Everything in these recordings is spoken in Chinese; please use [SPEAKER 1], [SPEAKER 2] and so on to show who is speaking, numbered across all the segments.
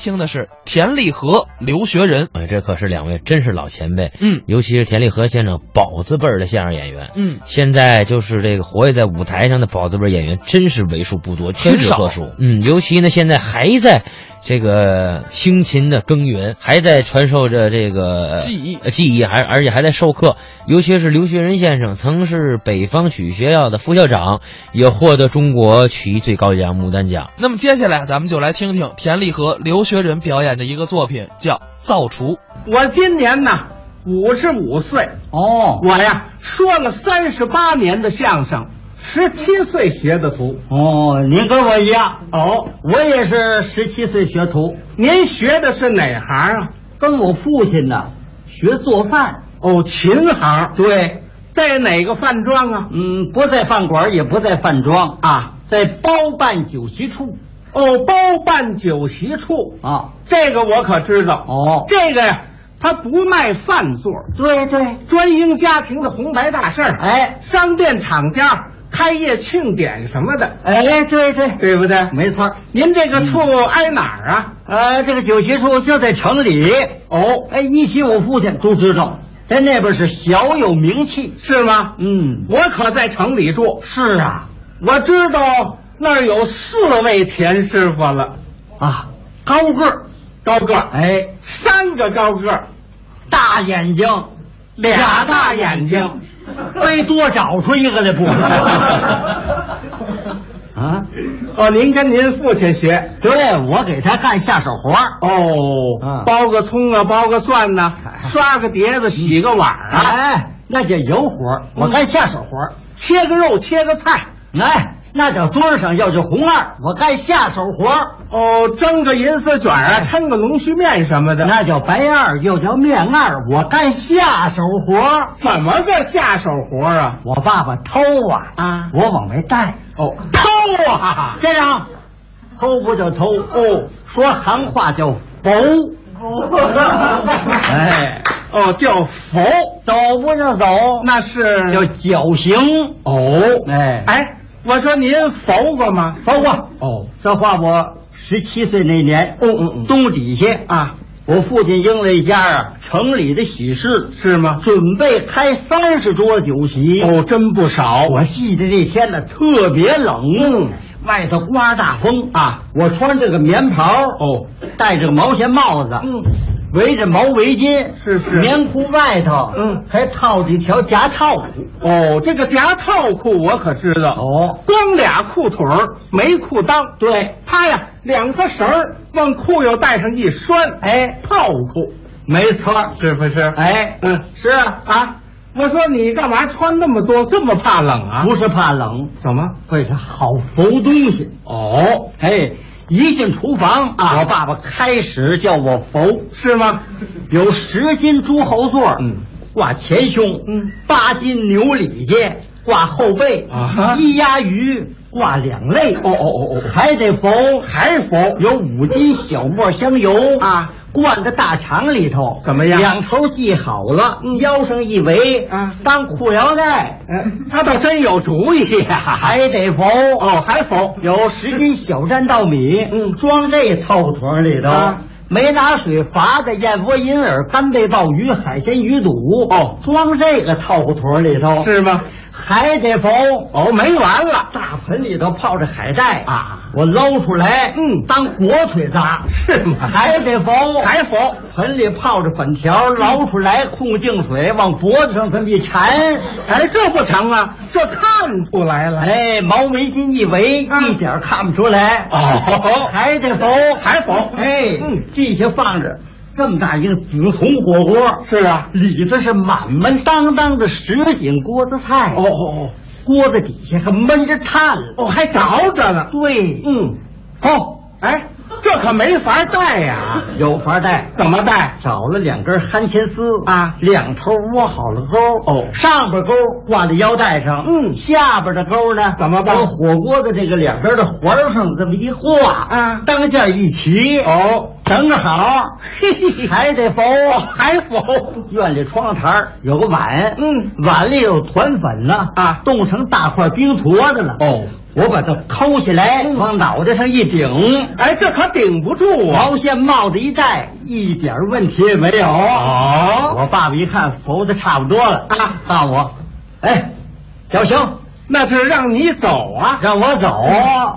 [SPEAKER 1] 听的是田立和留学人，
[SPEAKER 2] 哎，这可是两位真是老前辈，
[SPEAKER 1] 嗯
[SPEAKER 2] 尤其是田立和先生，宝字辈儿的相声演员。
[SPEAKER 1] 嗯，
[SPEAKER 2] 现在就是这个活跃在舞台上的宝字辈儿演员，真是为数不多，屈
[SPEAKER 1] 很
[SPEAKER 2] 指
[SPEAKER 1] 少
[SPEAKER 2] 可数。嗯，尤其呢，现在还在这个辛勤的耕耘，还在传授着这个
[SPEAKER 1] 技艺
[SPEAKER 2] 呃技艺，还而且还在授课。尤其是刘学仁先生，曾是北方曲艺学校的副校长，也获得中国曲艺最高奖牡丹奖。
[SPEAKER 1] 那么接下来咱们就来听听田立和留学人表演的一个作品，叫《造厨》。
[SPEAKER 3] 我今年呢五十五岁，
[SPEAKER 4] 哦
[SPEAKER 3] 我呀说了三十八年的相声，十七岁学的徒。
[SPEAKER 4] 哦，您跟我一样，
[SPEAKER 3] 哦，
[SPEAKER 4] 我也是十七岁学徒，
[SPEAKER 3] 您学的是哪行啊？
[SPEAKER 4] 跟我父亲呢学做饭。
[SPEAKER 3] 哦，琴行。
[SPEAKER 4] 对，
[SPEAKER 3] 在哪个饭庄啊？
[SPEAKER 4] 嗯，不在饭馆，也不在饭庄，
[SPEAKER 3] 啊，
[SPEAKER 4] 在包办酒席处
[SPEAKER 3] 哦，包办酒席处。
[SPEAKER 4] 啊。
[SPEAKER 3] 这个我可知道。
[SPEAKER 4] 哦
[SPEAKER 3] 这个呀，他不卖饭座，
[SPEAKER 4] 对对，
[SPEAKER 3] 专营家庭的红白大事儿，
[SPEAKER 4] 哎
[SPEAKER 3] 商店、厂家开业庆典什么的，
[SPEAKER 4] 哎，对对，
[SPEAKER 3] 对不对？
[SPEAKER 4] 没错儿。
[SPEAKER 3] 您这个处挨哪儿啊？
[SPEAKER 4] 呃，这个酒席处就在城里。
[SPEAKER 3] 哦，
[SPEAKER 4] 哎，一提我父亲都知道，在那边是小有名气。
[SPEAKER 3] 是吗？
[SPEAKER 4] 嗯，
[SPEAKER 3] 我可在城里住，
[SPEAKER 4] 是啊，
[SPEAKER 3] 我知道那儿有四位田师傅了，
[SPEAKER 4] 啊，高个儿，
[SPEAKER 3] 高个儿，
[SPEAKER 4] 哎，
[SPEAKER 3] 三个高个儿，
[SPEAKER 4] 大眼睛，
[SPEAKER 3] 俩大眼睛，
[SPEAKER 4] 非多找出一 个来不？啊，
[SPEAKER 3] 哦，您跟您父亲学，
[SPEAKER 4] 对我给他干下手活儿
[SPEAKER 3] 哦
[SPEAKER 4] 啊，
[SPEAKER 3] 剥个葱啊，剥个蒜呐、刷个碟子，洗个碗啊，
[SPEAKER 4] 嗯哎，那叫油活儿，
[SPEAKER 3] 嗯
[SPEAKER 4] 我干下手活儿。
[SPEAKER 3] 切个肉，切个菜，
[SPEAKER 4] 哎，那叫桌上要是红二，我干下手活儿，
[SPEAKER 3] 哦，蒸个银丝卷啊，抻个龙须面什么的，
[SPEAKER 4] 哎那叫白二，又叫面二，我干下手活儿。
[SPEAKER 3] 怎么个下手活啊？
[SPEAKER 4] 我爸爸偷啊
[SPEAKER 3] 啊
[SPEAKER 4] 我往外带，
[SPEAKER 3] 哦，偷啊！
[SPEAKER 4] 哦这样偷不叫偷哦，说行话叫浮。 哦哎，
[SPEAKER 3] 哦，叫佛，
[SPEAKER 4] 走不就走，嗯
[SPEAKER 3] 那是
[SPEAKER 4] 叫绞刑。
[SPEAKER 3] 哦，
[SPEAKER 4] 哎
[SPEAKER 3] 哎，我说您佛过吗？
[SPEAKER 4] 包括
[SPEAKER 3] 哦，
[SPEAKER 4] 这话我十七岁那年，
[SPEAKER 3] 嗯嗯嗯
[SPEAKER 4] 冬底下
[SPEAKER 3] 啊，
[SPEAKER 4] 我父亲应了一家啊城里的喜事，
[SPEAKER 3] 是吗？
[SPEAKER 4] 准备开三十桌酒席。
[SPEAKER 3] 哦，真不少。嗯
[SPEAKER 4] 我记得这天呢特别冷，外头刮大风啊，我穿这个棉袍，
[SPEAKER 3] 哦，
[SPEAKER 4] 戴着毛线帽子，
[SPEAKER 3] 嗯，
[SPEAKER 4] 围着毛围巾，
[SPEAKER 3] 是是
[SPEAKER 4] 棉裤外头，
[SPEAKER 3] 嗯
[SPEAKER 4] 还套着一条夹套裤。
[SPEAKER 3] 哦，这个夹套裤我可知道。，
[SPEAKER 4] 哦，
[SPEAKER 3] 光俩裤腿儿，没裤裆。
[SPEAKER 4] 对，
[SPEAKER 3] 他呀，两个绳儿往裤腰带上一拴，
[SPEAKER 4] 哎，
[SPEAKER 3] 套裤
[SPEAKER 4] 没错儿，
[SPEAKER 3] 是不是？
[SPEAKER 4] 哎，
[SPEAKER 3] 嗯
[SPEAKER 4] 是啊，
[SPEAKER 3] 啊，我说你干嘛穿那么多，这么怕冷啊？
[SPEAKER 4] 不是怕冷，
[SPEAKER 3] 怎么？
[SPEAKER 4] 会是好浮东西。
[SPEAKER 3] 哦，
[SPEAKER 4] 哎，一进厨房啊，我爸爸开始叫我浮，
[SPEAKER 3] 是吗？
[SPEAKER 4] 有十斤猪后座，
[SPEAKER 3] 嗯，
[SPEAKER 4] 挂前胸，
[SPEAKER 3] 嗯，
[SPEAKER 4] 八斤牛里脊挂后背，
[SPEAKER 3] 啊哈
[SPEAKER 4] 鸡鸭鱼挂两肋，哦
[SPEAKER 3] 哦哦哦
[SPEAKER 4] 还得浮，还浮，有五斤小磨香油
[SPEAKER 3] 啊。
[SPEAKER 4] 灌到大肠里头，
[SPEAKER 3] 怎么样嗯
[SPEAKER 4] 两头系好了，腰上一围，
[SPEAKER 3] 啊
[SPEAKER 4] 当裤腰带，
[SPEAKER 3] 嗯，他倒真有主意 呀、
[SPEAKER 4] 还得浮
[SPEAKER 3] 哦，还否？
[SPEAKER 4] 有十斤小粘稻米，
[SPEAKER 3] 嗯
[SPEAKER 4] 装这套桶里头，
[SPEAKER 3] 啊
[SPEAKER 4] 没拿水罚的燕窝、银耳、干贝、鲍鱼、海参、鱼肚，
[SPEAKER 3] 哦，
[SPEAKER 4] 装这个套桶里头，
[SPEAKER 3] 是吗？
[SPEAKER 4] 还得刨。
[SPEAKER 3] 哦，没完了，
[SPEAKER 4] 大盆里头泡着海带
[SPEAKER 3] 啊，
[SPEAKER 4] 我捞出来，
[SPEAKER 3] 嗯
[SPEAKER 4] 当裹腿搭，
[SPEAKER 3] 是吗
[SPEAKER 4] 还得刨，
[SPEAKER 3] 还否？
[SPEAKER 4] 盆里泡着粉条，捞出来，控净水往脖子上这么一缠，
[SPEAKER 3] 哎，这不成啊，这看出来了。
[SPEAKER 4] 哎，毛围巾一围，
[SPEAKER 3] 啊
[SPEAKER 4] 一点儿看不出来。
[SPEAKER 3] 哦
[SPEAKER 4] 还得缝，
[SPEAKER 3] 还缝
[SPEAKER 4] 哎，
[SPEAKER 3] 嗯，
[SPEAKER 4] 地下放着这么大一个紫铜火锅，
[SPEAKER 3] 是啊，
[SPEAKER 4] 里头是满满当当的十斤锅子菜。
[SPEAKER 3] 哦，哦
[SPEAKER 4] 锅子底下还闷着炭
[SPEAKER 3] 哦，
[SPEAKER 4] 了。
[SPEAKER 3] 哦，还着着呢。
[SPEAKER 4] 对，
[SPEAKER 3] 嗯，
[SPEAKER 4] 哦，
[SPEAKER 3] 哎，这可没法带呀、
[SPEAKER 4] 有法带。
[SPEAKER 3] 怎么带？
[SPEAKER 4] 找了两根含钱丝
[SPEAKER 3] 啊
[SPEAKER 4] 两头窝好了钩
[SPEAKER 3] 哦
[SPEAKER 4] 上边钩挂在腰带上，
[SPEAKER 3] 嗯
[SPEAKER 4] 下边的钩呢
[SPEAKER 3] 怎么办
[SPEAKER 4] 往火锅的这个两边的环儿上这么一画
[SPEAKER 3] 啊
[SPEAKER 4] 当间一齐，
[SPEAKER 3] 哦，
[SPEAKER 4] 正好，嘿嘿，还得缝。
[SPEAKER 3] 还否？
[SPEAKER 4] 院里窗台儿有个碗，
[SPEAKER 3] 嗯，
[SPEAKER 4] 碗里有团粉了
[SPEAKER 3] 啊
[SPEAKER 4] 冻成大块冰坨子了。
[SPEAKER 3] 哦，嗯
[SPEAKER 4] 我把它抠起来，往脑袋上一顶，
[SPEAKER 3] 哎，这可顶不住啊！
[SPEAKER 4] 毛线帽子一戴，一点问题也没有。
[SPEAKER 3] 哦
[SPEAKER 4] 我爸爸一看缝的差不多了啊，告诉我，哎，小邢，
[SPEAKER 3] 那是让你走啊，
[SPEAKER 4] 让我走，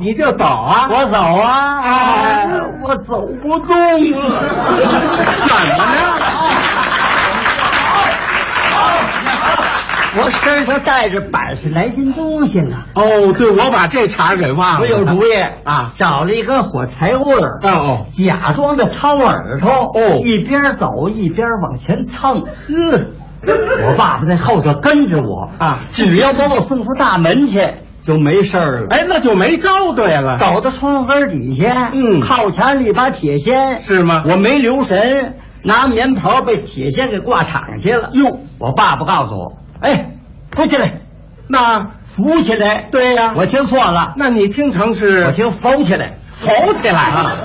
[SPEAKER 3] 你就走啊！
[SPEAKER 4] 我走啊，
[SPEAKER 3] 哎
[SPEAKER 4] 我走不动啊了，
[SPEAKER 3] 怎么呢？
[SPEAKER 4] 我身上带着百十来斤东西呢。
[SPEAKER 3] 哦，对，我把这茬给忘了。
[SPEAKER 4] 我有主意
[SPEAKER 3] 啊！
[SPEAKER 4] 找了一根火柴棍儿，
[SPEAKER 3] 哦，
[SPEAKER 4] 假装的掏耳朵，
[SPEAKER 3] 哦
[SPEAKER 4] 一边走一边往前蹭，嗯，我爸爸在后头跟着我
[SPEAKER 3] 啊
[SPEAKER 4] 只要把我送出大门去就没事儿了。
[SPEAKER 3] 哎，那就没招对了，
[SPEAKER 4] 走到窗户根儿底下，
[SPEAKER 3] 嗯
[SPEAKER 4] 靠墙里把铁锨，
[SPEAKER 3] 是吗？
[SPEAKER 4] 我没留神，拿棉袍被铁锨给挂场去了。哟，我爸爸告诉我，哎，扶起来，
[SPEAKER 3] 那
[SPEAKER 4] 扶起来。
[SPEAKER 3] 对呀
[SPEAKER 4] 我听错了，
[SPEAKER 3] 那你听成是
[SPEAKER 4] 我听扶起来。
[SPEAKER 3] 浮起来
[SPEAKER 4] 啊
[SPEAKER 3] 了，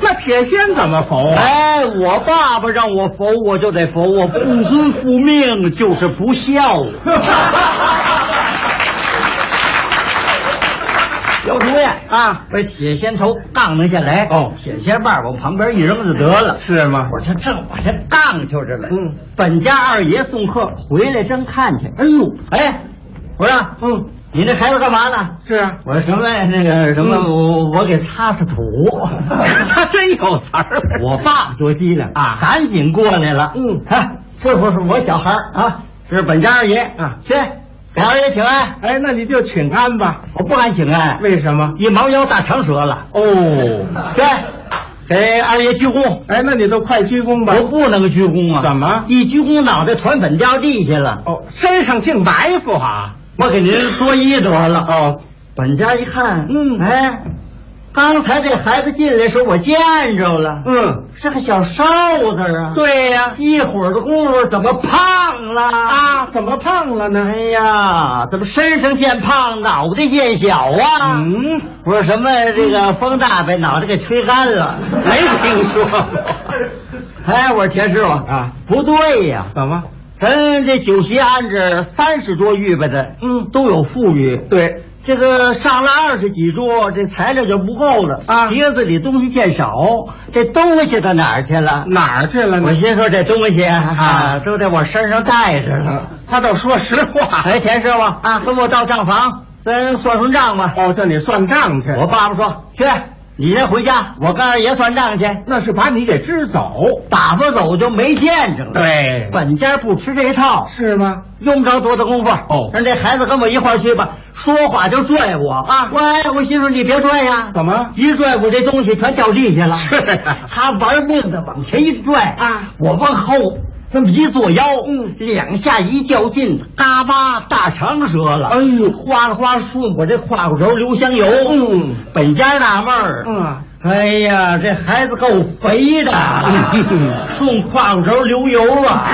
[SPEAKER 3] 那铁锨怎么浮啊？
[SPEAKER 4] 哎，我爸爸让我扶，我就得扶，我不遵父命就是不孝。姚主任
[SPEAKER 3] 啊，
[SPEAKER 4] 哎把铁锨头杠了下来。
[SPEAKER 3] 哦
[SPEAKER 4] 铁锨把往旁边一扔就得了。
[SPEAKER 3] 是吗？
[SPEAKER 4] 我这正往前杠就是了。
[SPEAKER 3] 嗯，
[SPEAKER 4] 本家二爷送客回来正看去。哎呦，哎，我说，
[SPEAKER 3] 嗯，
[SPEAKER 4] 你这孩子干嘛呢？
[SPEAKER 3] 是啊，
[SPEAKER 4] 我说什么呀那个什么，
[SPEAKER 3] 嗯
[SPEAKER 4] 我我给擦擦土。
[SPEAKER 3] 他真有词儿。
[SPEAKER 4] 我爸爸多机灵
[SPEAKER 3] 啊
[SPEAKER 4] 赶紧过来了。
[SPEAKER 3] 嗯
[SPEAKER 4] 啊，这会儿是我小孩儿啊，这是本家二爷
[SPEAKER 3] 啊
[SPEAKER 4] 去给二爷请安。
[SPEAKER 3] 哎，那你就请安吧。
[SPEAKER 4] 我不敢请安，
[SPEAKER 3] 为什么？
[SPEAKER 4] 一毛腰大长舌了。
[SPEAKER 3] 哦，
[SPEAKER 4] 对，给二爷鞠躬。
[SPEAKER 3] 哎，那你就快鞠躬吧。
[SPEAKER 4] 我不能鞠躬啊！
[SPEAKER 3] 怎么
[SPEAKER 4] 一鞠躬脑袋团粉掉地下了。
[SPEAKER 3] 哦，身上净埋伏啊。
[SPEAKER 4] 我给您说一多了。
[SPEAKER 3] 哦，
[SPEAKER 4] 本家一看，
[SPEAKER 3] 嗯
[SPEAKER 4] 哎，刚才这孩子进来时候我见着了，
[SPEAKER 3] 嗯，
[SPEAKER 4] 是个小瘦子啊。
[SPEAKER 3] 对呀。
[SPEAKER 4] 一会儿的功夫怎么胖了
[SPEAKER 3] 啊，？怎么胖了呢
[SPEAKER 4] 哎？呀，怎么身上见胖，脑袋见小啊？
[SPEAKER 3] 嗯，
[SPEAKER 4] 不是什么这个风大把脑袋给吹干了，
[SPEAKER 3] 没听说过。
[SPEAKER 4] 哎，我说田师傅
[SPEAKER 3] 啊，
[SPEAKER 4] 不对呀、
[SPEAKER 3] 怎么？
[SPEAKER 4] 咱这酒席按着三十桌预备的，
[SPEAKER 3] 嗯
[SPEAKER 4] 都有富裕。
[SPEAKER 3] 对，
[SPEAKER 4] 这个上了二十几桌，这材料就不够了
[SPEAKER 3] 啊
[SPEAKER 4] 碟子里东西见少，这东西到哪儿去了？
[SPEAKER 3] 哪儿去了呢
[SPEAKER 4] 我？心说这东西啊，
[SPEAKER 3] 啊
[SPEAKER 4] 都在我身上带着呢。
[SPEAKER 3] 他倒说实话。
[SPEAKER 4] 哎，田师傅啊，跟我到账房，咱算算账吧。
[SPEAKER 3] 哦，叫你算账去。
[SPEAKER 4] 我爸爸说去，你先回家，我跟二爷算账去。
[SPEAKER 3] 那是把你给支走。
[SPEAKER 4] 打发走就没见着了。，
[SPEAKER 3] 对
[SPEAKER 4] 本家不吃这一套，
[SPEAKER 3] 是吗？
[SPEAKER 4] 用不着多大功夫。
[SPEAKER 3] 哦
[SPEAKER 4] 让这孩子跟我一块儿去吧，说话就拽我
[SPEAKER 3] 啊
[SPEAKER 4] 喂，我心说你别拽呀，
[SPEAKER 3] 怎么？
[SPEAKER 4] 一拽我这东西全掉地下了。
[SPEAKER 3] 是啊
[SPEAKER 4] 他玩命的往前一拽
[SPEAKER 3] 啊，
[SPEAKER 4] 我往后那么一作腰，
[SPEAKER 3] 嗯
[SPEAKER 4] 两下一较劲，嘎巴大长舌了。
[SPEAKER 3] 哎呦
[SPEAKER 4] 哗啦哗顺我这胯骨轴留香油。
[SPEAKER 3] 嗯，
[SPEAKER 4] 本家纳闷儿，
[SPEAKER 3] 嗯，
[SPEAKER 4] 哎呀，这孩子够 肥的，顺胯骨轴流油啊！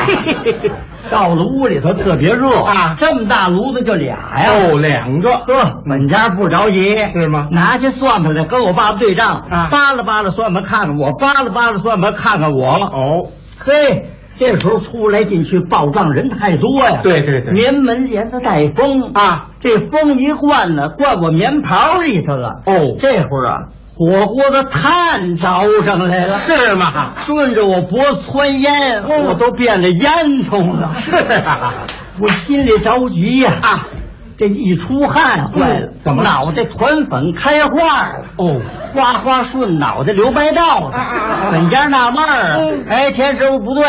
[SPEAKER 4] 到了屋里头特别热
[SPEAKER 3] 啊
[SPEAKER 4] 这么大炉子就俩呀。
[SPEAKER 3] 哦，两个。
[SPEAKER 4] 呵，本家不着急，
[SPEAKER 3] 是吗
[SPEAKER 4] 拿起算盘来跟我爸爸对账
[SPEAKER 3] 啊
[SPEAKER 4] 扒拉扒拉算盘看看我，扒拉扒拉算盘看看我。
[SPEAKER 3] 哦，
[SPEAKER 4] 嘿，这时候出来进去报账人太多呀。
[SPEAKER 3] 对对对
[SPEAKER 4] 棉门帘子带风
[SPEAKER 3] 啊，
[SPEAKER 4] 这风一灌呢，灌我棉袍里头了。
[SPEAKER 3] 哦
[SPEAKER 4] 这会儿啊，火锅的炭着上来了。
[SPEAKER 3] 是吗？
[SPEAKER 4] 顺着我脖子窜烟，
[SPEAKER 3] 哦
[SPEAKER 4] 我都变了烟囱了。
[SPEAKER 3] 是啊，
[SPEAKER 4] 我心里着急呀、这一出汗坏了，
[SPEAKER 3] 嗯怎么了
[SPEAKER 4] 脑袋团粉开花了？
[SPEAKER 3] 哦，
[SPEAKER 4] 哗哗顺脑袋留白道了
[SPEAKER 3] 啊啊啊啊，
[SPEAKER 4] 本家纳闷儿啊
[SPEAKER 3] 嗯，
[SPEAKER 4] 哎，田师傅不对，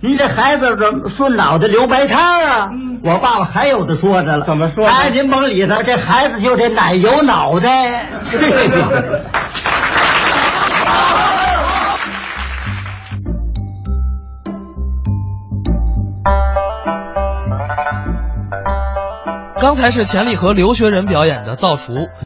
[SPEAKER 4] 您这孩子怎么顺脑袋留白摊儿啊
[SPEAKER 3] 嗯？
[SPEAKER 4] 我爸爸还有的说的了，
[SPEAKER 3] 怎么说呢
[SPEAKER 4] 哎，您甭理他，这孩子就这奶油脑袋。
[SPEAKER 1] 刚才是钱理和刘学仁表演的《造厨》，